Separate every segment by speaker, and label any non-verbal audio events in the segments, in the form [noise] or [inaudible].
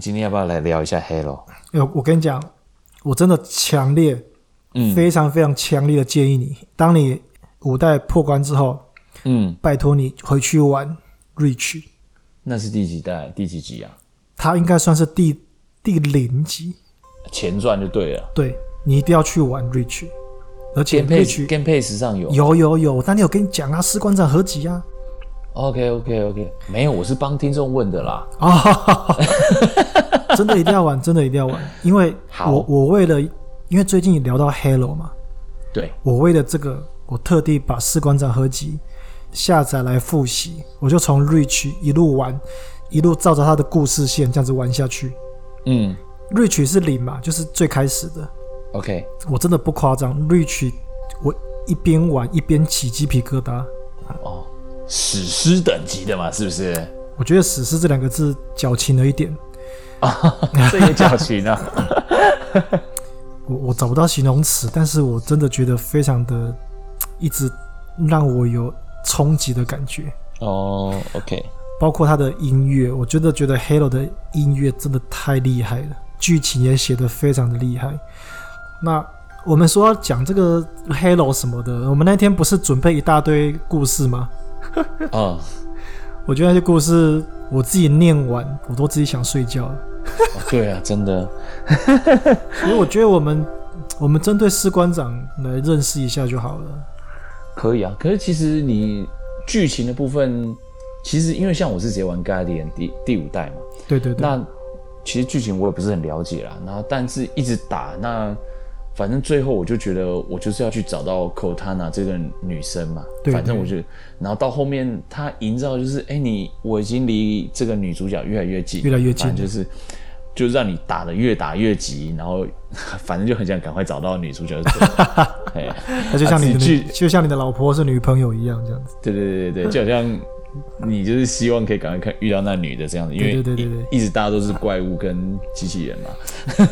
Speaker 1: 天要不要来聊一下 Halo？
Speaker 2: 哎、我跟你讲，我真的强烈、
Speaker 1: 嗯
Speaker 2: 非常非常强烈的建议你，当你五代破关之后，
Speaker 1: 嗯，
Speaker 2: 拜托你回去玩 Reach，
Speaker 1: 那是第几代？第几集啊？
Speaker 2: 它应该算是第第零集，
Speaker 1: 前传就对了。
Speaker 2: 对你一定要去玩 Reach，而且
Speaker 1: Gameplay
Speaker 2: Reach
Speaker 1: Gameplay 时上有。
Speaker 2: 有有有，我当天有跟你讲啊，士官长合
Speaker 1: [laughs]
Speaker 2: 集啊，
Speaker 1: OK OK OK，没有，我是帮听众问的啦。
Speaker 2: 啊，真的一定要玩，真的一定要玩，因为
Speaker 1: 好
Speaker 2: 我我为了，因为最近聊到 Halo 嘛，
Speaker 1: 对，
Speaker 2: 我为了这个，我特地把《士官长》合集下载来复习，我就从 Reach 一路玩，一路照着他的故事线这样子玩下去。
Speaker 1: 嗯
Speaker 2: Reach 是零嘛，就是最开始的，
Speaker 1: ，OK，
Speaker 2: 我真的不夸张，Reach 我一边玩一边起鸡皮疙瘩。
Speaker 1: 哦，史诗等级的嘛，是不 [laughs] 是？
Speaker 2: 我觉得“史诗”这两个字矫情了一点，
Speaker 1: 这也叫情啊。
Speaker 2: 我我找不到形容词，但是我真的觉得非常的，一直让我有冲击的感觉。
Speaker 1: [laughs] 哦，OK，
Speaker 2: 包括他的音乐，我真的觉得 Halo 的音乐真的太厉害了，剧情也写得非常的厉害。那我们说要讲这个 Halo 什么的，我们那天不是准备一大堆故事吗？
Speaker 1: 哦，
Speaker 2: 我觉得那些故事我自己念完，我都自己想睡觉了。
Speaker 1: 哦对啊，真的，
Speaker 2: 所以我觉得我们我们针对士官长来认识一下就好了。
Speaker 1: 可以啊，可是其实你剧情的部分，其实因为像我是直接玩《Guardian》第第五代嘛，
Speaker 2: 对对对，
Speaker 1: 那其实剧情我也不是很了解啦。然后但是一直打，那反正最后我就觉得我就是要去找到 Cortana 这个女生嘛。
Speaker 2: 对
Speaker 1: 反正
Speaker 2: 对
Speaker 1: 我就，然后到后面她营造就是，哎、你我已经离这个女主角越来越近，
Speaker 2: 越来越近
Speaker 1: 反正就是。就让你打的越打越急，然后 [laughs] 反正就很想赶快找到女主角就对
Speaker 2: [laughs]
Speaker 1: 了。哎，
Speaker 2: 那就像你
Speaker 1: 啊
Speaker 2: 的
Speaker 1: 自己
Speaker 2: 女就像你的老婆是女朋友一样这样子。
Speaker 1: 对对对对对，就好像你就是希望可以赶快看遇到那女的这样子，因为
Speaker 2: 对对对对对
Speaker 1: 一一直大家都是怪物跟机器人嘛。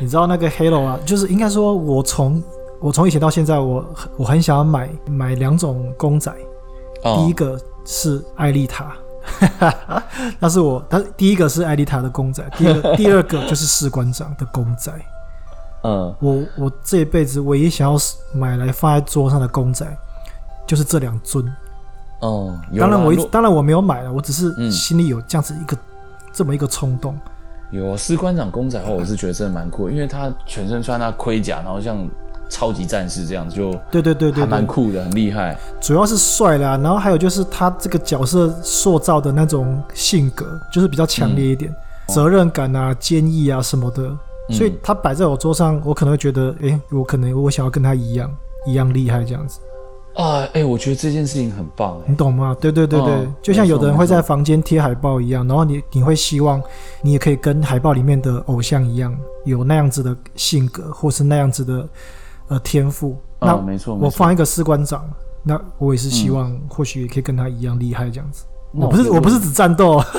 Speaker 2: 你知道那个 Halo 啊，就是应该说我，从我从以前到现在，我我很想要买买两种公仔，
Speaker 1: 哦
Speaker 2: 第一个是艾丽塔， [laughs] 那是我，但第一个是艾丽塔的公仔，第二
Speaker 1: [laughs]
Speaker 2: 个第二个就是士官长的公仔。
Speaker 1: 嗯，
Speaker 2: 我我这一辈子唯一想要买来放在桌上的公仔，就是这两尊。
Speaker 1: 哦，有
Speaker 2: 当然
Speaker 1: 啦
Speaker 2: 我一直
Speaker 1: 若
Speaker 2: 当然我没有买了，我只是
Speaker 1: 嗯
Speaker 2: 心里有这样子一个、这么一个冲动。
Speaker 1: 有士官长公仔的话，我是觉得真的蛮酷的，因为他全身穿他盔甲，然后像超级战士这样，就
Speaker 2: 对对对对
Speaker 1: 还蛮
Speaker 2: 对，
Speaker 1: 酷的，很厉害。
Speaker 2: 主要是帅啦，然后还有就是他这个角色塑造的那种性格，就是比较强烈一
Speaker 1: 嗯
Speaker 2: 点，
Speaker 1: 哦
Speaker 2: 责任感啊、坚毅啊什么的。所以他摆在我桌上，我可能会觉得，诶，我可能我想要跟他一样，一样厉害这样子，
Speaker 1: 啊，哎、我觉得这件事情很棒、哎
Speaker 2: 你懂吗？对对对对，
Speaker 1: 嗯
Speaker 2: 就像有的人会
Speaker 1: 没错
Speaker 2: 在
Speaker 1: 没
Speaker 2: 房间贴海报一样，然后
Speaker 1: 哦
Speaker 2: 你你会希望你也可以跟海报里面的偶像一样，有那样子的性格，或是那样子的呃天赋。那
Speaker 1: 啊，没错，
Speaker 2: 我
Speaker 1: 没错。
Speaker 2: 放一个士官长，那我也是希望或许也可以跟他一样厉害这样子。
Speaker 1: 那
Speaker 2: 我不
Speaker 1: 觉
Speaker 2: 是
Speaker 1: 得
Speaker 2: 我不是，指战斗，
Speaker 1: 哦
Speaker 2: [laughs]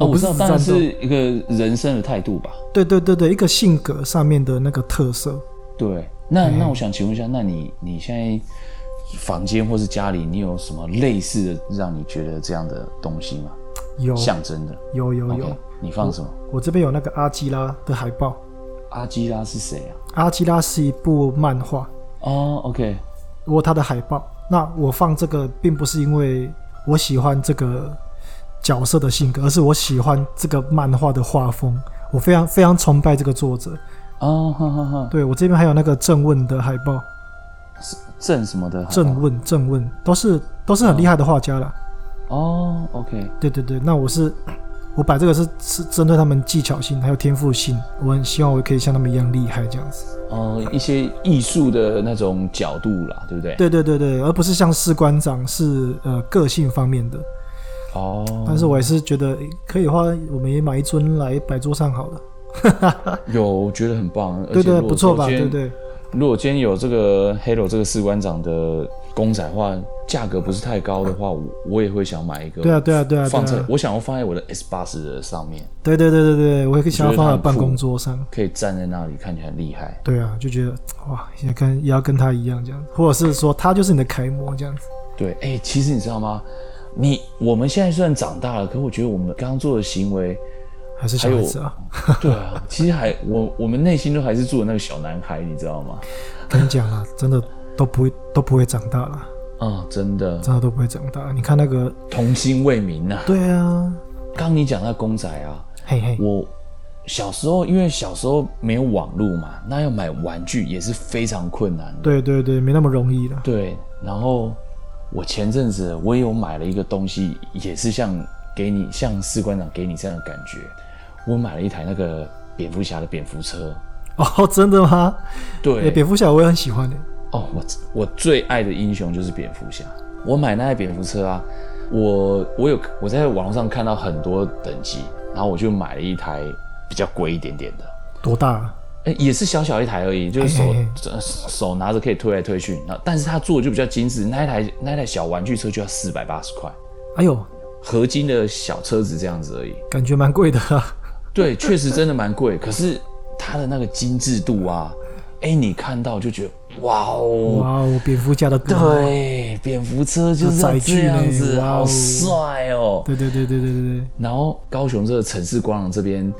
Speaker 2: 我不
Speaker 1: 我知
Speaker 2: 是
Speaker 1: 道，
Speaker 2: 指
Speaker 1: 当
Speaker 2: 战
Speaker 1: 然
Speaker 2: 斗，
Speaker 1: 是一个人生的态度吧。
Speaker 2: 对对对对，一个性格上面的那个特色。
Speaker 1: 对，那
Speaker 2: 嗯
Speaker 1: 那我想请问一下，那你你现在房间或是家里，你有什么类似的让你觉得这样的东西吗？
Speaker 2: 有
Speaker 1: 象征的
Speaker 2: 有有有
Speaker 1: OK，你放什么？
Speaker 2: 我这边有那个阿基拉的海报。
Speaker 1: 阿基拉是谁啊？
Speaker 2: 阿基拉是一部漫画，
Speaker 1: 哦，OK，
Speaker 2: 我有它的海报。那我放这个，并不是因为我喜欢这个角色的性格，而是我喜欢这个漫画的画风。我非常非常崇拜这个作者。
Speaker 1: 哦，哈哈哈，
Speaker 2: 对我这边还有那个正问的海报，
Speaker 1: 正什么的？
Speaker 2: 正问正问都是都是很厉害的画家啦。
Speaker 1: 哦，OK，
Speaker 2: 对对对，那我是我摆这个是是针对他们技巧性还有天赋性，我很希望我可以像他们一样厉害这样子。
Speaker 1: 哦，一些艺术的那种角度啦，对不对？，
Speaker 2: 对对对对，而不是像士官长是呃个性方面的，
Speaker 1: 哦，
Speaker 2: 但是我也是觉得诶可以的话，我们也买一尊来摆桌上好
Speaker 1: [laughs]
Speaker 2: 了。
Speaker 1: 有，我觉得很棒，而
Speaker 2: 对
Speaker 1: 且
Speaker 2: 对，
Speaker 1: 如果
Speaker 2: 不错
Speaker 1: 说
Speaker 2: 吧？
Speaker 1: 今
Speaker 2: 对
Speaker 1: 天
Speaker 2: 不对？
Speaker 1: 如果今天有这个 Halo 这个士官长的公仔的话，价格不是太高的话，我我也会想买一个。
Speaker 2: 对啊对啊对啊对
Speaker 1: 放
Speaker 2: 啊
Speaker 1: 在我想要放在我的 S 八十的上面，
Speaker 2: 对对对对对，我也可以想要
Speaker 1: 我觉得
Speaker 2: 放
Speaker 1: 他
Speaker 2: 在
Speaker 1: 很
Speaker 2: 办公
Speaker 1: 酷
Speaker 2: 桌上。
Speaker 1: 可以站在那里，看起来很厉害。
Speaker 2: 对啊，就觉得哇，也跟也要跟他一样这样，或者是说他就是你的楷模这样子。
Speaker 1: 对，哎、其实你知道吗？你我们现在虽然长大了，可我觉得我们刚刚做的行为
Speaker 2: 还是小孩子啊？
Speaker 1: [laughs] 对啊，其实还我我们内心都还是住的那个小男孩，你知道吗？
Speaker 2: 跟你讲啦，真的都不会都不会长大了，
Speaker 1: 啊、真的
Speaker 2: 真的都不会长大。你看那个，
Speaker 1: 童心未泯呐、
Speaker 2: 对啊，
Speaker 1: 刚你讲那公仔啊，
Speaker 2: 嘿嘿，
Speaker 1: 我小时候因为小时候没有网络嘛，那要买玩具也是非常困难的。
Speaker 2: 对对对，没那么容易的。
Speaker 1: 对，然后我前阵子我也有买了一个东西，也是像给你像士官长给你这样的感觉，我买了一台那个蝙蝠侠的蝙蝠车。
Speaker 2: [laughs] 哦，真的吗？
Speaker 1: 对，
Speaker 2: 诶蝙蝠侠我也很喜欢的。
Speaker 1: 哦，我我最爱的英雄就是蝙蝠侠。我买那台蝙蝠车啊，我我有我在网络上看到很多等级，然后我就买了一台比较贵一点点的，
Speaker 2: 多大、啊？
Speaker 1: 哎、也是小小一台而已，就是手
Speaker 2: 嘿嘿嘿
Speaker 1: 这手拿着可以推来推去。然后，但是它做的就比较精致，那一台那一台小玩具车就要四百八十块，
Speaker 2: 哎呦，
Speaker 1: 合金的小车子这样子而已。
Speaker 2: 感觉蛮贵的、啊。
Speaker 1: 对，确实真的蛮贵，可是它的那个精致度啊，哎、你看到就觉得哇哦，
Speaker 2: 哇哦，蝙蝠侠的歌。
Speaker 1: 对，蝙蝠车就是要
Speaker 2: 载具
Speaker 1: 这样子，
Speaker 2: 嘞哇哦
Speaker 1: 好帅哦。
Speaker 2: 对对对对对对对，
Speaker 1: 然后哦高雄这个城市光廊这边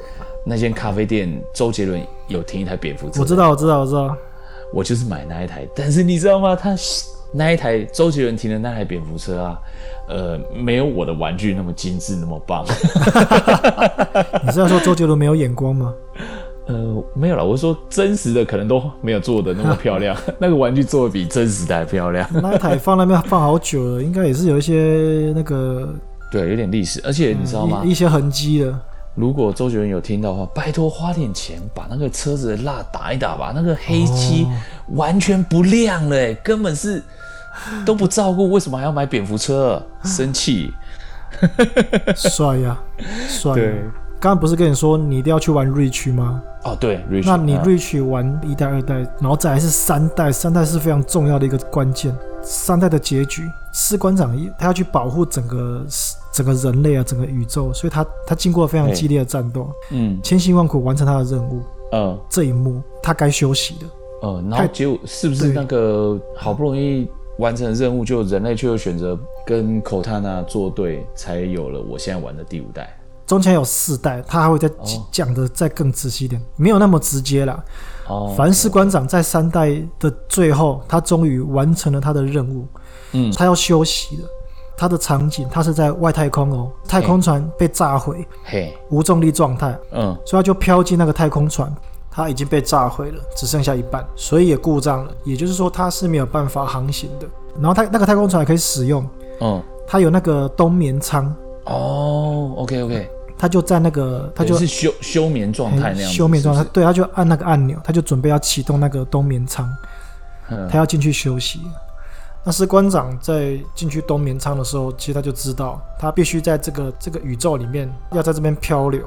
Speaker 1: 那间咖啡店，周杰伦有停一台蝙蝠车，
Speaker 2: 我知道我知道我知道。
Speaker 1: 我就是买那一台，但是你知道吗？他那一台周杰伦停的那台蝙蝠车啊，呃，没有我的玩具那么精致，那么棒。 [laughs]
Speaker 2: 你是要说周杰伦没有眼
Speaker 1: [laughs]
Speaker 2: 光吗？
Speaker 1: 呃，没有啦，我是说真实的可能都没有做的那么漂 [laughs] 亮，那个玩具做的比真实的还漂亮。
Speaker 2: 那一台放那边放好久了，应该也是有一些那个
Speaker 1: 对，有点历史，而且你知道吗？
Speaker 2: 一一些痕迹的。
Speaker 1: 如果周杰伦有听到的话，拜托花点钱把那个车子的蜡打一打吧，那个黑漆
Speaker 2: 哦
Speaker 1: 完全不亮了、欸，根本是都不照顾，为什么还要买蝙蝠车？生
Speaker 2: [laughs]
Speaker 1: 气。
Speaker 2: 帅呀、帅、呀
Speaker 1: 对
Speaker 2: 刚刚不是跟你说你一定要去玩 Rich 吗？
Speaker 1: 哦，对，Rich，
Speaker 2: 那你
Speaker 1: 嗯
Speaker 2: Rich 玩一代、二代，然后再来是三代，三代是非常重要的一个关键。三代的结局，士官长一他要去保护整个呃整个人类啊，整个宇宙，所以他他经过非常
Speaker 1: 对
Speaker 2: 激烈的战斗，
Speaker 1: 嗯
Speaker 2: 千辛万苦完成他的任务。
Speaker 1: 呃
Speaker 2: 这一幕他该休息的，
Speaker 1: 呃，然后结果是不是
Speaker 2: 对
Speaker 1: 那个好不容易完成的任务，就人类却又选择跟 Cortana 作对，才有了我现在玩的第五代？
Speaker 2: 中间有四代，他还会再讲的再更仔细一点，没有那么直接啦。
Speaker 1: 哦，
Speaker 2: 凡士官长在三代的最后，他终于完成了他的任务，
Speaker 1: 嗯
Speaker 2: 他要休息了。他的场景，他是在外太空哦，太空船被炸毁，
Speaker 1: 嘿，
Speaker 2: 无重力状态，
Speaker 1: 嗯，
Speaker 2: 所以他就飘进那个太空船，他已经被炸毁了，只剩下一半，所以也故障了，也就是说他是没有办法航行的。然后他那个太空船也可以使用，
Speaker 1: 嗯，
Speaker 2: 它有那个冬眠舱，
Speaker 1: 哦，OK OK，
Speaker 2: 他就在那个，他就
Speaker 1: 就是休休眠状态那样子，
Speaker 2: 哎休眠状态
Speaker 1: 是，
Speaker 2: 对，他就按那个按钮，他就准备要启动那个冬眠舱，
Speaker 1: 不是，嗯
Speaker 2: 他要进去休息。那士官长在进去冬眠舱的时候，其实他就知道，他必须在这个这个宇宙里面，要在这边漂流，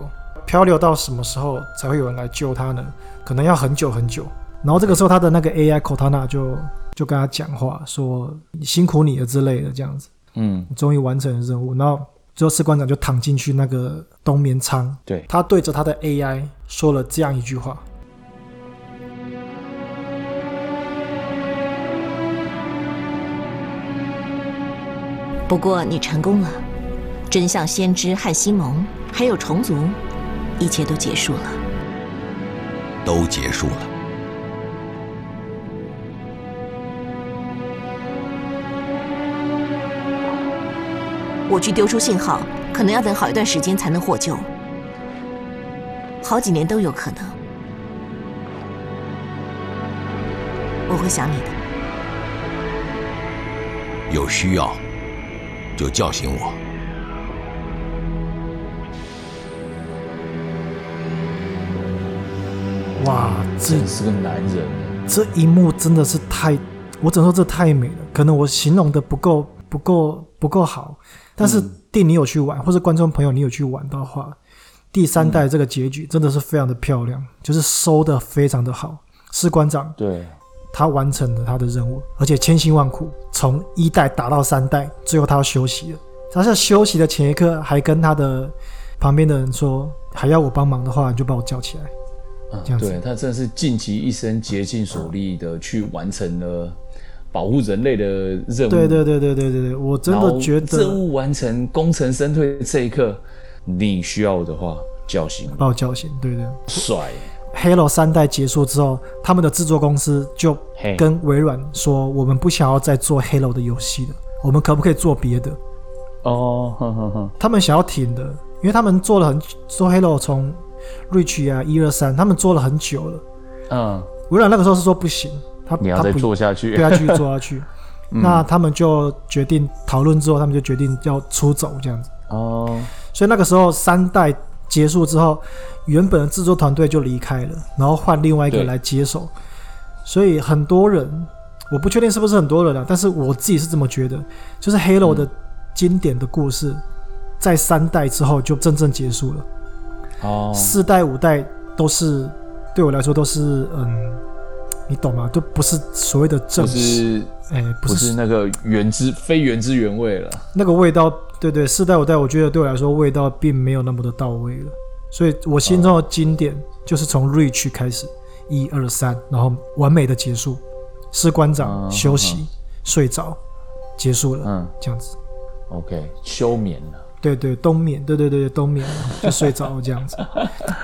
Speaker 2: 漂流到什么时候才会有人来救他呢？可能要很久很久。然后这个时候，他的那个 AI Cortana 就就跟他讲话，说辛苦你了之类的，这样子，
Speaker 1: 嗯，
Speaker 2: 你终于完成了任务。然后最后士官长就躺进去那个冬眠舱，
Speaker 1: 对，
Speaker 2: 他对着他的 AI 说了这样一句话：
Speaker 3: 不过你成功了，真相先知和西蒙还有虫族，一切都结束了。
Speaker 4: 都结束了。
Speaker 3: 我去丢出信号，可能要等好一段时间才能获救，好几年都有可能。我会想你的。
Speaker 4: 有需要就叫醒我。
Speaker 2: 哇，这
Speaker 1: 真是个男人。
Speaker 2: 这一幕真的是太，我只能说这太美了。可能我形容的不够不够不够好，但是弟你有去玩，或者观众朋友你有去玩的话，第三代这个结局真的是非常的漂亮，就是收的非常的好。士官长
Speaker 1: 对，
Speaker 2: 他完成了他的任务，而且千辛万苦从一代打到三代，最后他要休息了。他在休息的前一刻还跟他的旁边的人说：“还要我帮忙的话，你就把我叫起来。”
Speaker 1: 嗯
Speaker 2: 这样子
Speaker 1: 对他真的是尽其一生竭尽所力的去完成了保护人类的任务。
Speaker 2: 对对对对对对对，我真
Speaker 1: 然后
Speaker 2: 的觉得
Speaker 1: 任务完成、功成身退这一刻，你需要我的话，叫醒我，
Speaker 2: 把我叫醒。对对
Speaker 1: 帅耶，
Speaker 2: ，Halo 三代结束之后，他们的制作公司就
Speaker 1: 嘿
Speaker 2: 跟微软说，我们不想要再做 Halo 的游戏了，我们可不可以做别的？
Speaker 1: 哦，哼哼哼，
Speaker 2: 他们想要停的，因为他们做了很做 Halo 从 Reach 啊一二三，他们做了很久了。
Speaker 1: 嗯，
Speaker 2: 微软那个时候是说不行，他
Speaker 1: 你要
Speaker 2: 他
Speaker 1: 再
Speaker 2: 不
Speaker 1: 做下嗯去，
Speaker 2: 对他继啊续做
Speaker 1: [laughs]
Speaker 2: 下去。那他们就决定讨论之后，他们就决定要出走这样子。
Speaker 1: 哦，
Speaker 2: 所以那个时候三代结束之后，原本的制作团队就离开了，然后换另外一个
Speaker 1: 对
Speaker 2: 来接手。所以很多人，我不确定是不是很多人啊，但是我自己是这么觉得，就是《Halo》的
Speaker 1: 嗯
Speaker 2: 经典的故事，在三代之后就真正结束了。
Speaker 1: 哦，
Speaker 2: 四代、五代都是对我来说都是嗯，你懂吗？都不是所谓的正
Speaker 1: 不
Speaker 2: 史，
Speaker 1: 是
Speaker 2: 哎，不
Speaker 1: 不
Speaker 2: 是
Speaker 1: 是那个原汁非原汁原味了，
Speaker 2: 那个味道，对对，四代五代，我觉得对我来说味道并没有那么的到位了。所以我心中的经典就是从 Reach 开始，一二三，然后完美的结束，士官长
Speaker 1: 嗯
Speaker 2: 休息、睡着，结束了，
Speaker 1: 嗯
Speaker 2: 这样子。
Speaker 1: ，OK，休眠了，
Speaker 2: 对对，冬眠，对对对对，冬眠了就睡着了这样子。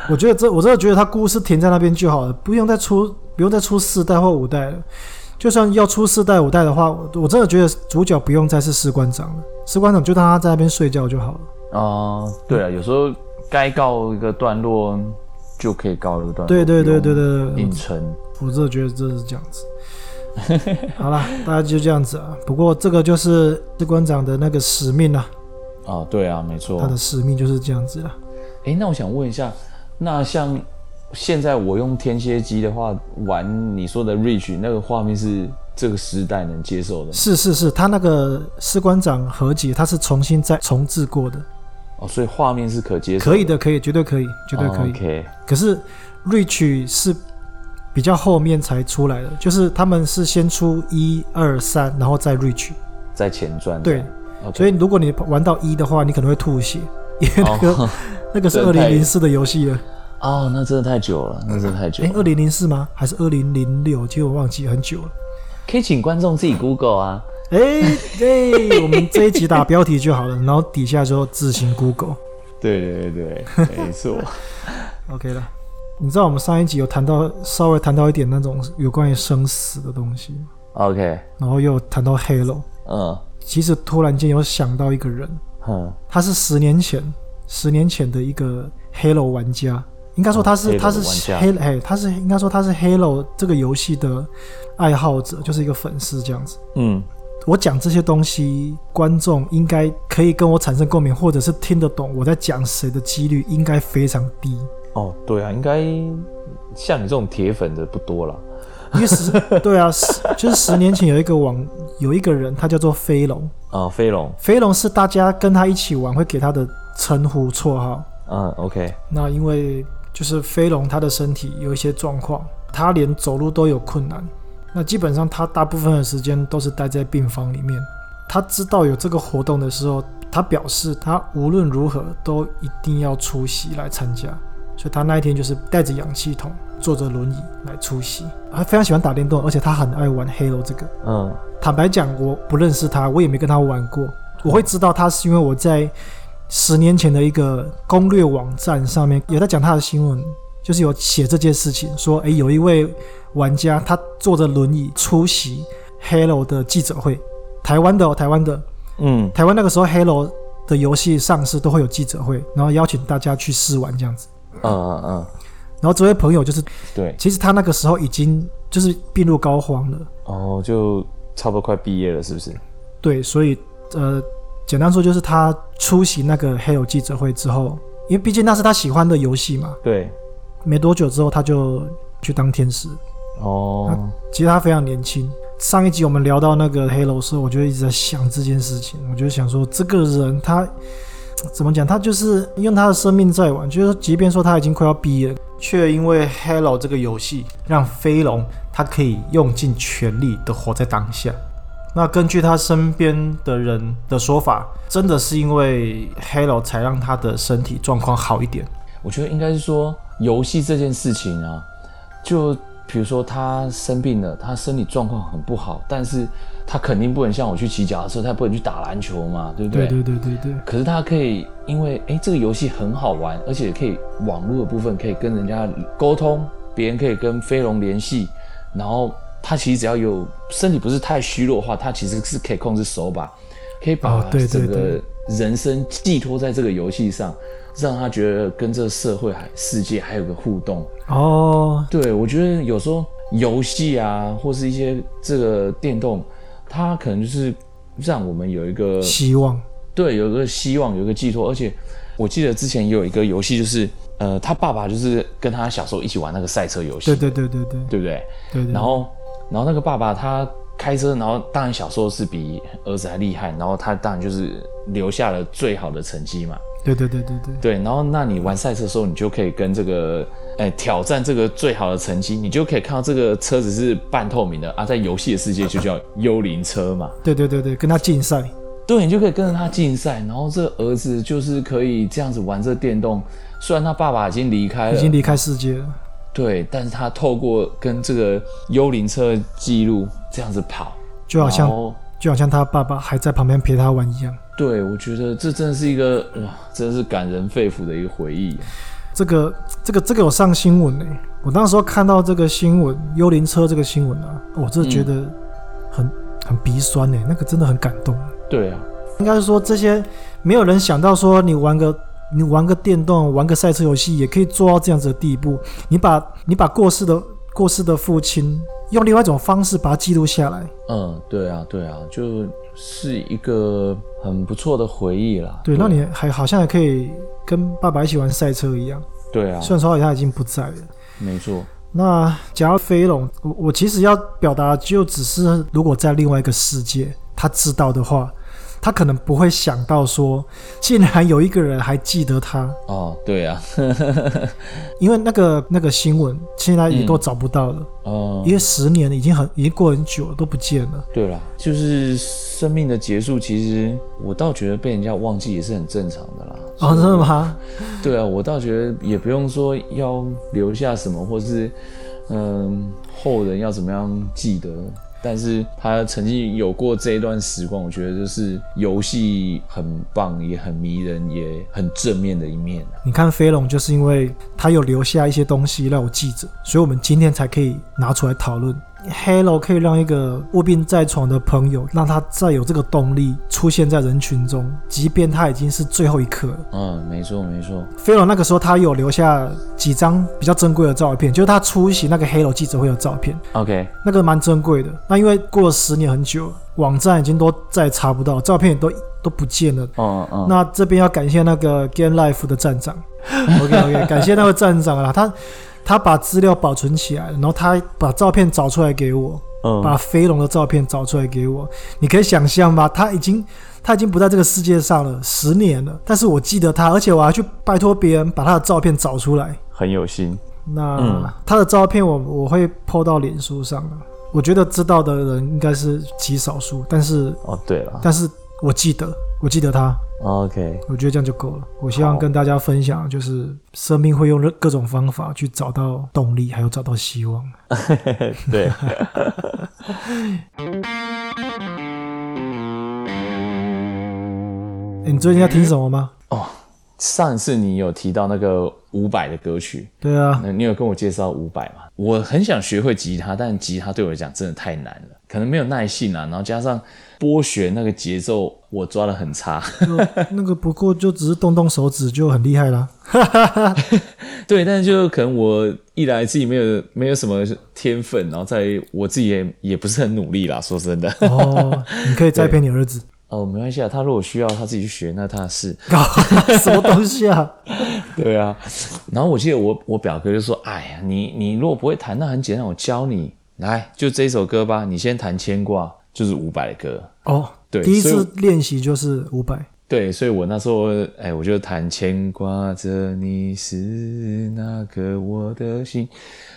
Speaker 2: 我觉得这，我真的觉得他故事停在那边就好了，不用再出，不用再出四代或五代了。就算要出四代五代的话，我我真的觉得主角不用再是士官长了，士官长就让他在那边睡觉就好了。
Speaker 1: 哦，对啊，有时候该告一个段落就可以告一个段落，
Speaker 2: 对对对
Speaker 1: 不
Speaker 2: 对嗯
Speaker 1: 用
Speaker 2: 对对
Speaker 1: 硬，撑，
Speaker 2: 我真的觉得真的是这样子。好了，大家就这样子啊。不过这个就是士官长的那个使命啊，
Speaker 1: 哦，对啊，没错
Speaker 2: 他，的使命就是这样子了。
Speaker 1: 哎，那我想问一下，那像现在我用天蝎机的话，玩你说的 Reach 那个画面是这个时代能接受的吗
Speaker 2: 是是是，他那个士官长和解，他是重新再重置过的，
Speaker 1: 哦，所以画面是可接受，哦
Speaker 2: 可以的，可以，绝对可以，绝对可以。
Speaker 1: OK，
Speaker 2: 可是 Reach 是比较后面才出来的，就是他们是先出一二三，然后再 Reach。
Speaker 1: 在前传
Speaker 2: 对
Speaker 1: o k
Speaker 2: 所以如果你玩到一的话，你可能会吐血，因为那个、 [laughs] 那个是二
Speaker 1: 真的
Speaker 2: 零
Speaker 1: 太
Speaker 2: 零四的游戏了。
Speaker 1: 哦，那真的太久了，那真的太久
Speaker 2: 哎，
Speaker 1: 了。
Speaker 2: 二零零四吗？还是二零零六？其实我忘记很久了。
Speaker 1: 可以请观众自己 Google 啊。
Speaker 2: 哎哎，我们这一集打标题就好了，然后底下就自行 Google。
Speaker 1: 对对对对，没错。
Speaker 2: OK 了。你知道我们上一集有谈到稍微谈到一点那种有关于生死的东西，
Speaker 1: [laughs] OK，
Speaker 2: 然后又有谈到 Halo。
Speaker 1: 嗯
Speaker 2: 其实突然间有想到一个人，
Speaker 1: 哼，
Speaker 2: 他是十年前十年前的一个 Halo 玩家，应该说他是、
Speaker 1: 哦，Halo
Speaker 2: 他是
Speaker 1: 玩
Speaker 2: Halo 哎，他是应该说他是 Halo 这个游戏的爱好者，就是一个粉丝这样子。
Speaker 1: 嗯，
Speaker 2: 我讲这些东西，观众应该可以跟我产生共鸣，或者是听得懂我在讲谁的几率应该非常低，
Speaker 1: 哦，对啊，应该像你这种铁粉的不多了。
Speaker 2: 因为十 [laughs] 对啊，十就是十年前有一个网有一个人，他叫做飞龙，
Speaker 1: 啊，飞龙，
Speaker 2: 飞龙是大家跟他一起玩会给他的称呼绰号。
Speaker 1: 嗯，OK，
Speaker 2: 那因为就是飞龙他的身体有一些状况，他连走路都有困难。那基本上他大部分的时间都是待在病房里面。他知道有这个活动的时候，他表示他无论如何都一定要出席来参加，所以他那一天就是带着氧气筒，坐着轮椅来出席。他非常喜欢打电动，而且他很爱玩 Halo 这个。
Speaker 1: 嗯
Speaker 2: 坦白讲，我不认识他，我也没跟他玩过。我会知道他是因为我在十年前的一个攻略网站上面有在讲他的新闻，就是有写这件事情，说诶有一位玩家他坐着轮椅出席 Halo 的记者会，台湾的、哦、台湾的
Speaker 1: 嗯，
Speaker 2: 台湾那个时候 Halo 的游戏上市都会有记者会，然后邀请大家去试玩这样子。
Speaker 1: 嗯嗯嗯，
Speaker 2: 然后这位朋友就是，
Speaker 1: 对，
Speaker 2: 其实他那个时候已经就是病入膏肓了。
Speaker 1: 哦，就差不多快毕业了，是不是？
Speaker 2: 对，所以呃，简单说就是他出席那个 Halo 记者会之后，因为毕竟那是他喜欢的游戏嘛，
Speaker 1: 对，
Speaker 2: 没多久之后他就去当天使。
Speaker 1: 哦，
Speaker 2: 其实他非常年轻。上一集我们聊到那个 Halo 的时候，我就一直在想这件事情，我就想说这个人他怎么讲，他就是用他的生命在玩，就是说即便说他已经快要毕业了，却因为 Halo 这个游戏让飞龙他可以用尽全力的活在当下。那根据他身边的人的说法，真的是因为 Halo 才让他的身体状况好一点。
Speaker 1: 我觉得应该是说游戏这件事情啊，就比如说他生病了，他身体状况很不好，但是他肯定不能像我去骑脚踏车，他不能去打篮球嘛，对不
Speaker 2: 对
Speaker 1: 对？
Speaker 2: 对对对对，
Speaker 1: 可是他可以，因为哎、诶这个游戏很好玩，而且可以网络的部分可以跟人家沟通，别人可以跟飞龙联系，然后他其实只要有身体不是太虚弱的话，他其实是可以控制手把，可以把
Speaker 2: 哦对对
Speaker 1: 整
Speaker 2: 对
Speaker 1: 个人生寄托在这个游戏上，让他觉得跟这个社会还世界还有个互动。
Speaker 2: 哦，
Speaker 1: 对，我觉得有时候游戏啊，或是一些这个电动，它可能就是让我们有一个
Speaker 2: 希望
Speaker 1: 对，有一个希望，有一个寄托。而且我记得之前也有一个游戏，就是呃，他爸爸就是跟他小时候一起玩那个赛车游戏，
Speaker 2: 对对对对对
Speaker 1: 对不对？
Speaker 2: 对对，
Speaker 1: 然后，然后那个爸爸他开车，然后当然小时候是比儿子还厉害，然后他当然就是留下了最好的成绩嘛。
Speaker 2: 对对对对对，
Speaker 1: 对，然后那你玩赛车的时候，你就可以跟这个，哎，挑战这个最好的成绩，你就可以看到这个车子是半透明的啊，在游戏的世界就叫幽灵车嘛。
Speaker 2: 对对对对，跟他竞赛，
Speaker 1: 对，你就可以跟着他竞赛，然后这儿子就是可以这样子玩这电动。虽然他爸爸已经离开
Speaker 2: 已
Speaker 1: 了，
Speaker 2: 经离开世界了。
Speaker 1: 对，但是他透过跟这个幽灵车的记录这样子跑，
Speaker 2: 就好像
Speaker 1: 然后
Speaker 2: 就好像他爸爸还在旁边陪他玩一样。
Speaker 1: 对我觉得这真的是一个哇，真的是感人肺腑的一个回忆。
Speaker 2: 这个这个这个有上新闻呢、我那时候看到这个新闻，幽灵车这个新闻啊，我真的觉得很、很鼻酸呢、那个真的很感动。
Speaker 1: 对啊，
Speaker 2: 应该是说这些没有人想到说你玩个你玩个电动，玩个赛车游戏也可以做到这样子的地步。你把你把过世的过世的父亲用另外一种方式把它记录下来，
Speaker 1: 嗯，对啊，对啊，就是一个很不错的回忆啦。
Speaker 2: 对，那你还好像还可以跟爸爸一起玩赛车一样。
Speaker 1: 对啊，
Speaker 2: 虽然说他已经不在了。
Speaker 1: 没错，
Speaker 2: 那讲到飞龙，我我其实要表达的就只是，如果在另外一个世界，他知道的话，他可能不会想到说，竟然有一个人还记得他，
Speaker 1: 哦，对啊， [laughs]
Speaker 2: 因为那个那个新闻现在也都找不到了，
Speaker 1: 哦、
Speaker 2: 因为十年已经很已经过很久了，都不见了。
Speaker 1: 对啦，就是生命的结束，其实我倒觉得被人家忘记也是很正常的啦。
Speaker 2: 哦，真的吗？
Speaker 1: 对啊，我倒觉得也不用说要留下什么，或是嗯后人要怎么样记得。但是他曾经有过这一段时光，我觉得就是游戏很棒，也很迷人，也很正面的一面啊。
Speaker 2: 你看飞龙，就是因为他有留下一些东西让我记着，所以我们今天才可以拿出来讨论。Halo 可以让一个卧病在床的朋友，让他再有这个动力出现在人群中，即便他已经是最后一刻了。
Speaker 1: 嗯，没错没错。
Speaker 2: 飞龙那个时候他有留下几张比较珍贵的照片，就是他出席那个 Halo 记者会的照片，
Speaker 1: OK，
Speaker 2: 那个蛮珍贵的。那因为过了十年很久，网站已经都再也查不到，照片也都都不见了。
Speaker 1: 嗯嗯，
Speaker 2: 那这边要感谢那个 Game Life 的站长 [laughs] ，OK OK，感谢那位站长啦，他他把资料保存起来，然后他把照片找出来给我，
Speaker 1: 嗯
Speaker 2: 把飞龙的照片找出来给我，你可以想象吗？他已经他已经不在这个世界上了，十年了，但是我记得他，而且我还去拜托别人把他的照片找出来。
Speaker 1: 很有心。
Speaker 2: 那、
Speaker 1: 嗯
Speaker 2: 他的照片我我会 PO 到脸书上啊，我觉得知道的人应该是极少数，但是
Speaker 1: 哦，对了
Speaker 2: 但是我记得我记得他，
Speaker 1: 嗯 [laughs] ，OK，
Speaker 2: 我觉得这样就够了。我希望
Speaker 1: 好
Speaker 2: 跟大家分享，就是生命会用各各种方法去找到动力，还有找到希望。
Speaker 1: 对，
Speaker 2: 诶哎你最近在听什么吗？
Speaker 1: 嗯上一次你有提到那个伍佰的歌曲，
Speaker 2: 对啊，
Speaker 1: 那你有跟我介绍伍佰吗？我很想学会吉他，但吉他对我来讲真的太难了，可能没有耐性啊，然后加上拨弦那个节奏我抓的很差。 [laughs]
Speaker 2: 就那个不过就只是动动手指就很厉害啦。
Speaker 1: 对，但是就可能我一来自己没有没有什么天分，然后再我自己也也不是很努力啦，说真的。
Speaker 2: 哦，你可以栽培你儿子，
Speaker 1: [laughs] 哦，没关系啊，他如果需要他自己去学，那他的事。
Speaker 2: 搞什么东西啊？
Speaker 1: [laughs] 对啊，然后我记得我我表哥就说：“哎呀，你你如果不会弹，那很简单，我教你来，就这一首歌吧，你先弹牵挂，就是伍佰的歌。
Speaker 2: 哦，
Speaker 1: 对
Speaker 2: 第一次
Speaker 1: 所以
Speaker 2: 练习就是五百，”
Speaker 1: 对，所以我那时候哎，我就弹牵挂着你是那个我的心，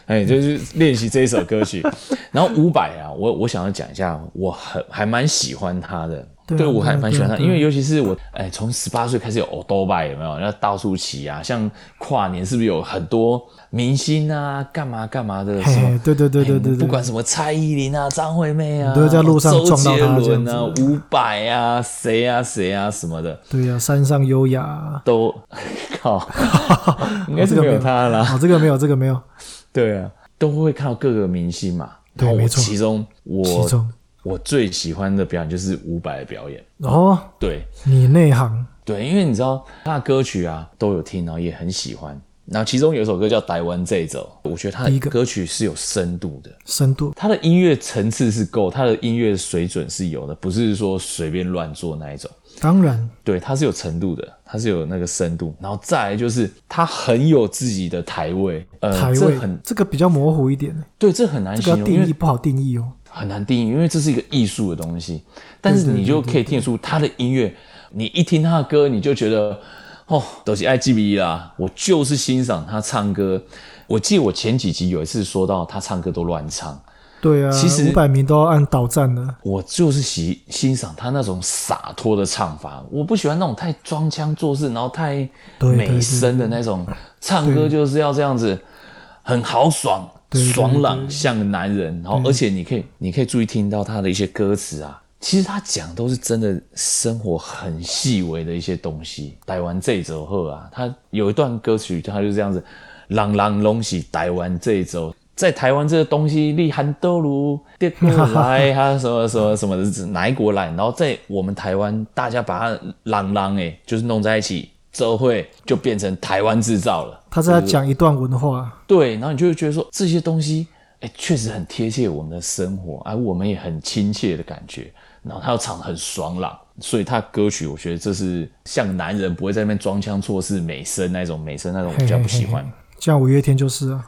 Speaker 2: 嗯
Speaker 1: 哎，就是练习这一
Speaker 2: [laughs]
Speaker 1: 首歌曲。然后伍佰啊，我我想要讲一下，我很还蛮喜欢他的。
Speaker 2: 对啊
Speaker 1: 对我还蛮喜欢
Speaker 2: 对
Speaker 1: 他，
Speaker 2: 啊对啊
Speaker 1: 因为尤其是我，哎，从十八岁开始有 o d o b a 有没有？然后到处骑啊，像跨年是不是有很多明星啊，干嘛干嘛的？
Speaker 2: 嘿
Speaker 1: 什么
Speaker 2: 对对啊对
Speaker 1: 哎
Speaker 2: 对对对
Speaker 1: 不管什么蔡依林啊、张惠妹啊，
Speaker 2: 你都会在路上
Speaker 1: 周杰
Speaker 2: 撞到她这样
Speaker 1: 伦
Speaker 2: 子
Speaker 1: 啊、伍佰啊、谁啊谁啊什么的，
Speaker 2: 对呀、山上优雅啊，
Speaker 1: 都靠，应该是没有他啦。
Speaker 2: 哦哦，这个没有，这个没有，
Speaker 1: 对啊，都会看到各个明星嘛。
Speaker 2: 对
Speaker 1: 然后
Speaker 2: 没
Speaker 1: 我
Speaker 2: 错
Speaker 1: 其中我
Speaker 2: 其中
Speaker 1: 我最喜欢的表演就是伍佰的表演。
Speaker 2: 哦，
Speaker 1: 对
Speaker 2: 你内行，
Speaker 1: 对，因为你知道他的歌曲啊都有听，然后也很喜欢。然后其中有一首歌叫《台湾这一走》，我觉得他
Speaker 2: 第一
Speaker 1: 的
Speaker 2: 个
Speaker 1: 歌曲是有深度的，
Speaker 2: 深度
Speaker 1: 他的音乐层次是够，他的音乐水准是有的，不是说随便乱做那一种。
Speaker 2: 当然
Speaker 1: 对，它是有程度的，它是有那个深度，然后再来就是它很有自己的台位，呃，
Speaker 2: 台
Speaker 1: 这
Speaker 2: 位、
Speaker 1: 很
Speaker 2: 这个比较模糊一点，
Speaker 1: 对，这很难
Speaker 2: 这个
Speaker 1: 形
Speaker 2: 要
Speaker 1: 容，因
Speaker 2: 定义
Speaker 1: 为
Speaker 2: 不好定义哦。
Speaker 1: 很难定义，因为这是一个艺术的东西，但是
Speaker 2: 对对
Speaker 1: 你就可以听得出他的音乐，你一听他的歌，你就觉得哦，都是爱 G B 啦，我就是欣赏他唱歌。我记得我前几集有一次说到他唱歌都乱唱，
Speaker 2: 对啊，
Speaker 1: 其实
Speaker 2: 五百名都要按导站了，
Speaker 1: 我就是喜欣赏他那种洒脱的唱法，我不喜欢那种太装腔作势，然后太
Speaker 2: 对对
Speaker 1: 美声的那种。唱歌就是要这样子，很豪爽、
Speaker 2: 对对
Speaker 1: 爽
Speaker 2: 对
Speaker 1: 朗，像个男人。然后，而且你可以，你可以注意听到他的一些歌词啊，其实他讲都是真的生活很细微的一些东西。台湾这一周后啊，他有一段歌曲，他就这样子，朗朗隆起台湾这一周。在台湾这个东西，利韩都如跌过来，他什么什么什么的，哪一国来？然后在我们台湾，大家把它朗朗哎，就是弄在一起，这会就变成台湾制造了。
Speaker 2: 他是在讲一段文化，
Speaker 1: 对，然后你就会觉得说这些东西，哎，确实很贴切我们的生活，而、我们也很亲切的感觉。然后他又唱得很爽朗，所以他歌曲我觉得这是像男人不会在那边装腔作势、美声那种美声那种，我哎比较不喜欢
Speaker 2: 嘿嘿。嘿嘿像五月天就是啊，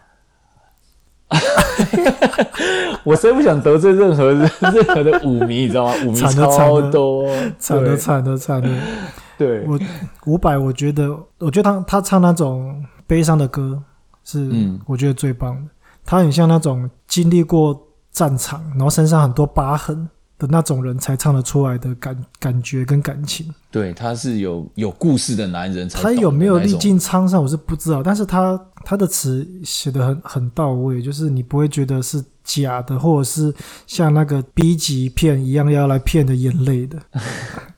Speaker 1: 我实在不想得罪任何人 [laughs] 任何的舞迷，你知道吗？舞迷
Speaker 2: 惨了惨了
Speaker 1: 超多，
Speaker 2: 惨的
Speaker 1: 对
Speaker 2: 惨的惨的。
Speaker 1: [laughs] 对，
Speaker 2: 我伍佰，我觉得，我觉得他他唱那种悲伤的歌是，
Speaker 1: 嗯
Speaker 2: 我觉得最棒的。他很像那种经历过战场，然后身上很多疤痕的那种人才唱得出来的感感觉跟感情。
Speaker 1: 对，他是有有故事的男人才
Speaker 2: 他
Speaker 1: 懂
Speaker 2: 有
Speaker 1: 的
Speaker 2: 没有
Speaker 1: 那
Speaker 2: 历
Speaker 1: 种
Speaker 2: 尽沧桑，我是不知道，但是他他的词写得很很到位，就是你不会觉得是假的，或者是像那个 B 级片一样要来骗的眼泪的。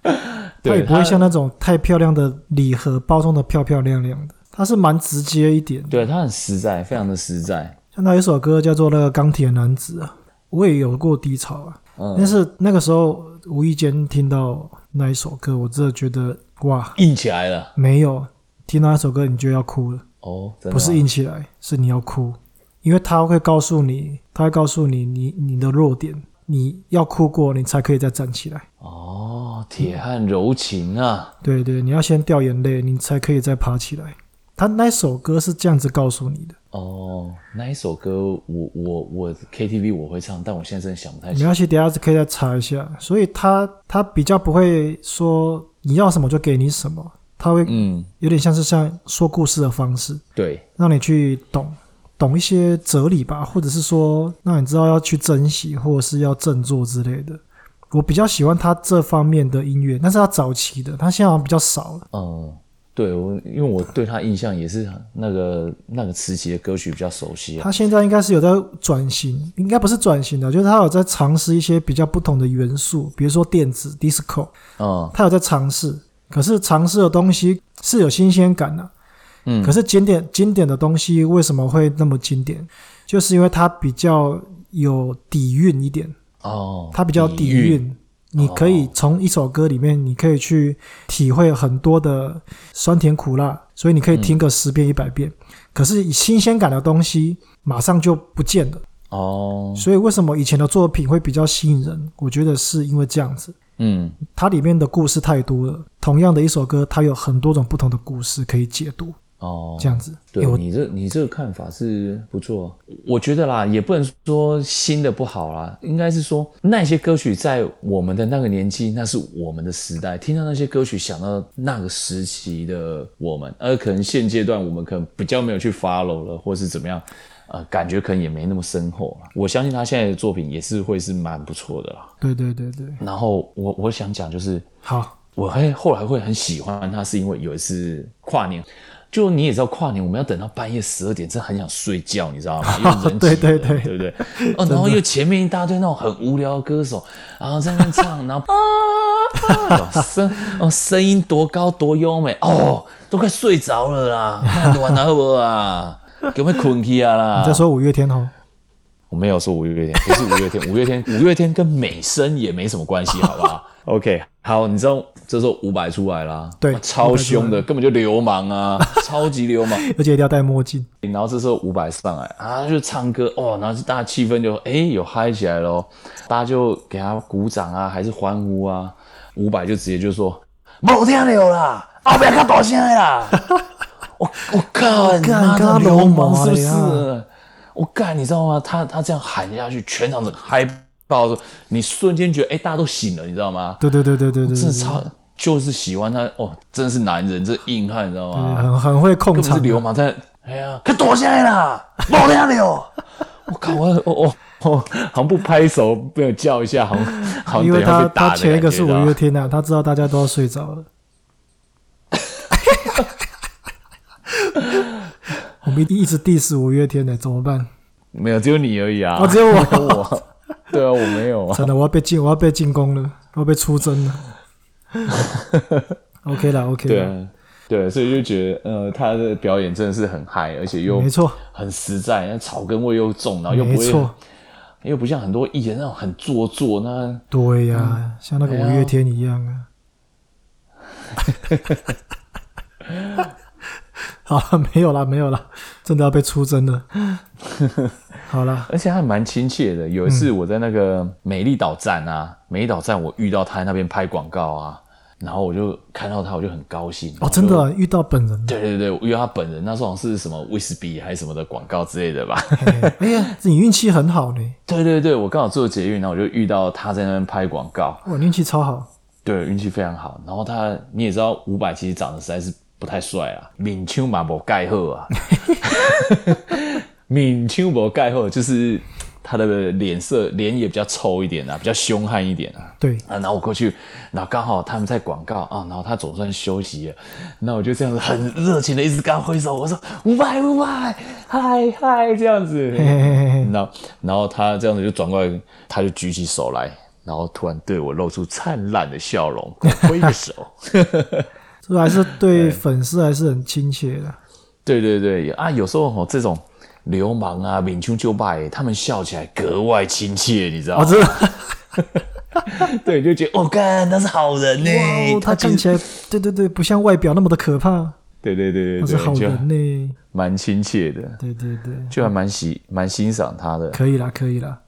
Speaker 2: 它
Speaker 1: 对
Speaker 2: 也不会
Speaker 1: 他
Speaker 2: 像那种太漂亮的礼盒包装的漂漂亮亮的，它是蛮直接一点的。
Speaker 1: 对他很实在，非常的实在。
Speaker 2: 像他有一首歌叫做《那个钢铁男子》啊，我也有过低潮啊，
Speaker 1: 嗯
Speaker 2: 但是那个时候无意间听到那一首歌，我真的觉得哇，
Speaker 1: 硬起来了
Speaker 2: 没有听到那首歌你就要哭了，
Speaker 1: 哦，真的
Speaker 2: 不是
Speaker 1: 吗
Speaker 2: 硬起来，是你要哭，因为他会告诉你，他会告诉你你你的弱点，你要哭过你才可以再站起来。
Speaker 1: 哦，铁汉柔情啊，
Speaker 2: 对对，你要先掉眼泪，你才可以再爬起来。他那首歌是这样子告诉你的，
Speaker 1: 哦，那一首歌我我我 KTV 我会唱，但我现在真的想不太
Speaker 2: 没
Speaker 1: 起。
Speaker 2: 关系，等一下可以再查一下。所以他他比较不会说你要什么就给你什么，他会
Speaker 1: 嗯，
Speaker 2: 有点像是像说故事的方式，
Speaker 1: 对，
Speaker 2: 让你去懂懂一些哲理吧，或者是说让你知道要去珍惜，或者是要振作之类的。我比较喜欢他这方面的音乐，但是他早期的，他现在好像比较少了。
Speaker 1: 嗯，对我因为我对他印象也是很那个那个时期的歌曲比较熟悉啊。
Speaker 2: 他现在应该是有在转型，应该不是转型的，就是他有在尝试一些比较不同的元素，比如说电子 disco，
Speaker 1: 嗯
Speaker 2: 他有在尝试。可是尝试的东西是有新鲜感的、
Speaker 1: 嗯，
Speaker 2: 可是经典经典的东西为什么会那么经典？就是因为它比较有底蕴一点，
Speaker 1: 哦，
Speaker 2: 它比较底蕴。你可以从一首歌里面，你可以去体会很多的酸甜苦辣，所以你可
Speaker 1: 嗯
Speaker 2: 以听个十遍一百遍。可是以新鲜感的东西马上就不见了，
Speaker 1: 哦，
Speaker 2: 所以为什么以前的作品会比较吸引人？我觉得是因为这样子。
Speaker 1: 嗯，
Speaker 2: 它里面的故事太多了，同样的一首歌，它有很多种不同的故事可以解读。
Speaker 1: 哦，
Speaker 2: 这样子。
Speaker 1: 对
Speaker 2: 因为我
Speaker 1: 你这你这个看法是不错，我觉得啦，也不能说新的不好啦，应该是说那些歌曲在我们的那个年纪，那是我们的时代，听到那些歌曲，想到那个时期的我们，而可能现阶段我们可能比较没有去 follow 了，或是怎么样，呃，感觉可能也没那么深厚了。我相信他现在的作品也是会是蛮不错的啦。
Speaker 2: 对对对对，
Speaker 1: 然后我我想讲就是
Speaker 2: 好，
Speaker 1: 我还后来会很喜欢他，是因为有一次跨年，就你也知道跨年我们要等到半夜十二点，真的很想睡觉，你知道
Speaker 2: [laughs]
Speaker 1: 吗？因为人
Speaker 2: 对
Speaker 1: 挤人
Speaker 2: 对
Speaker 1: 对不
Speaker 2: 对
Speaker 1: 对？哦，然后又前面一大堆那种很无聊的歌手，然后在那边唱，
Speaker 2: [laughs]
Speaker 1: 然后啊啊，哦声 [laughs] 哦声音多高多优美哦，都快睡着了啦，看完了好不好
Speaker 2: [laughs]
Speaker 1: 啊？给我们困去啊啦！
Speaker 2: 你在说五月天哦？
Speaker 1: 我没有说五月天，不是五月天，五月天，五月天跟美声也没什么关系，好不好 [laughs] ？OK，好，你知道这时候伍佰出来啦，
Speaker 2: 对
Speaker 1: 哇超凶的，根本就流氓啊，超级流氓。
Speaker 2: 而且一定要戴墨镜。
Speaker 1: 然后这时候伍佰上来啊，就唱歌哦，然后大家气氛就哎有嗨起来咯，大家就给他鼓掌啊，还是欢呼啊。伍佰就直接就说：“某听了啦，后面较大声的
Speaker 2: [laughs]
Speaker 1: 啦。我”我靠，你妈
Speaker 2: 干
Speaker 1: 的
Speaker 2: 他
Speaker 1: 流氓
Speaker 2: 流氓啊
Speaker 1: 是不是
Speaker 2: 了？
Speaker 1: 我干，你知道吗？他他这样喊下去，全场整个嗨爆的时候，你瞬间觉得哎、大家都醒了，你知道吗？
Speaker 2: 对对对对对对，
Speaker 1: 真
Speaker 2: 对
Speaker 1: 的超就是喜欢他哦，真的是男人，这硬汉，你知道吗？
Speaker 2: 对很很会控
Speaker 1: 根本
Speaker 2: 场
Speaker 1: 是
Speaker 2: 的，
Speaker 1: 流氓在，哎呀，快躲下来啦，冒掉了！我靠，我我我 [laughs] 我好像不拍手，没有叫一
Speaker 2: [laughs]
Speaker 1: 下，好像好像
Speaker 2: 因为
Speaker 1: 等下
Speaker 2: 他
Speaker 1: 被打
Speaker 2: 他
Speaker 1: 的
Speaker 2: 前一个
Speaker 1: 感
Speaker 2: 是
Speaker 1: 觉
Speaker 2: 五
Speaker 1: 你知道
Speaker 2: 月
Speaker 1: 吗
Speaker 2: 天啊，他知道大家都要睡着了。 [laughs] 我们一直 diss 五月天呢，怎么办？
Speaker 1: 没有，只有你而已啊，
Speaker 2: 哦只有我
Speaker 1: 我， [laughs] 对啊，我没有
Speaker 2: [laughs]
Speaker 1: 啊，
Speaker 2: 真的，我要被进，我要被进攻了，我要被出征
Speaker 1: [laughs]
Speaker 2: 了。OK 啦，OK
Speaker 1: 对
Speaker 2: 啦，
Speaker 1: 啊，对，所以就觉得呃，他的表演真的是很嗨，而且又
Speaker 2: 没错，
Speaker 1: 很实在，那草根味又重，然后啊又
Speaker 2: 没
Speaker 1: 不会，
Speaker 2: 错，
Speaker 1: 又不像很多艺人那种很做作那。
Speaker 2: 对呀、像那个五
Speaker 1: 哎呀
Speaker 2: 月天一样啊。
Speaker 1: 哎
Speaker 2: [laughs] 好了，没有啦，没有啦，真的要被出
Speaker 1: [laughs]
Speaker 2: 征了。好啦，
Speaker 1: 而且他还蛮亲切的。有一
Speaker 2: 嗯
Speaker 1: 次我在那个美丽岛站啊，美丽岛站我遇到他在那边拍广告啊，然后我就看到他，我就很高兴。
Speaker 2: 哦，真的
Speaker 1: 然后
Speaker 2: 啊、遇到本人
Speaker 1: 就？ [laughs]
Speaker 2: 了。
Speaker 1: 对对对，我遇到他本人，那时候好像是什么威士忌还是什么的广告之类的吧。
Speaker 2: 哎哎呀，你运气很好呢，
Speaker 1: [laughs] 对对对，我刚好做捷运，然后我就遇到他在那边拍广告，
Speaker 2: 哇，哦运气超好。
Speaker 1: 对，运气非常好。然后他你也知道，伍佰其实长得实在是不太帅啊，面腔嘛无盖好啊，面腔无盖好就是他的脸色脸也比较臭一点啊，比较凶悍一点啊。
Speaker 2: 对，
Speaker 1: 啊，然后我过去，然后刚好他们在广告啊，然后他总算休息了，那我就这样子很热情的一直跟他挥手，我说五百五百，嗨嗨这样子，
Speaker 2: 嘿嘿嘿嘿，
Speaker 1: 然后然后他这样子就转过来，他就举起手来，然后突然对我露出灿烂的笑容，跟我挥个手。
Speaker 2: [laughs] 这还是
Speaker 1: 哎
Speaker 2: 对粉丝还是很亲切
Speaker 1: [laughs]
Speaker 2: 的。
Speaker 1: 对对对啊，有时候哦这种流氓啊、敏丘就拜，他们笑起来格外亲切，你知道
Speaker 2: 啊，
Speaker 1: 吗？
Speaker 2: 真的，
Speaker 1: [laughs] 对，就觉得哦，干他是好人呢、
Speaker 2: 哇，他
Speaker 1: 其
Speaker 2: 看
Speaker 1: 实
Speaker 2: 起来，对对对，不像外表那么的可怕，
Speaker 1: 对对对
Speaker 2: 他
Speaker 1: 对
Speaker 2: 是
Speaker 1: 对，
Speaker 2: 好
Speaker 1: 就
Speaker 2: 人呢。
Speaker 1: 蛮亲切的。
Speaker 2: 对对对，
Speaker 1: 就还蛮喜蛮欣赏他的。
Speaker 2: 可以啦，可以啦。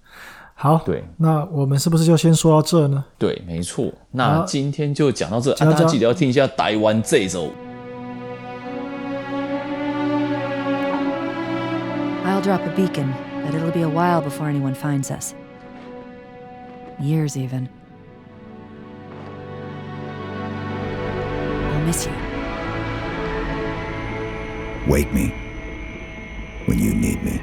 Speaker 2: 好，
Speaker 1: 对
Speaker 2: 那我们是不是就先说到这呢？
Speaker 1: 对，没错。那
Speaker 2: 好
Speaker 1: 今天就讲到这，啊、
Speaker 2: 讲到
Speaker 1: 大家
Speaker 2: 这
Speaker 1: 记得要听一下台湾这一首。
Speaker 5: I'll drop a beacon, but it'll be a while before anyone finds us. Years, even. I'll miss you.
Speaker 6: Wake me when you need me.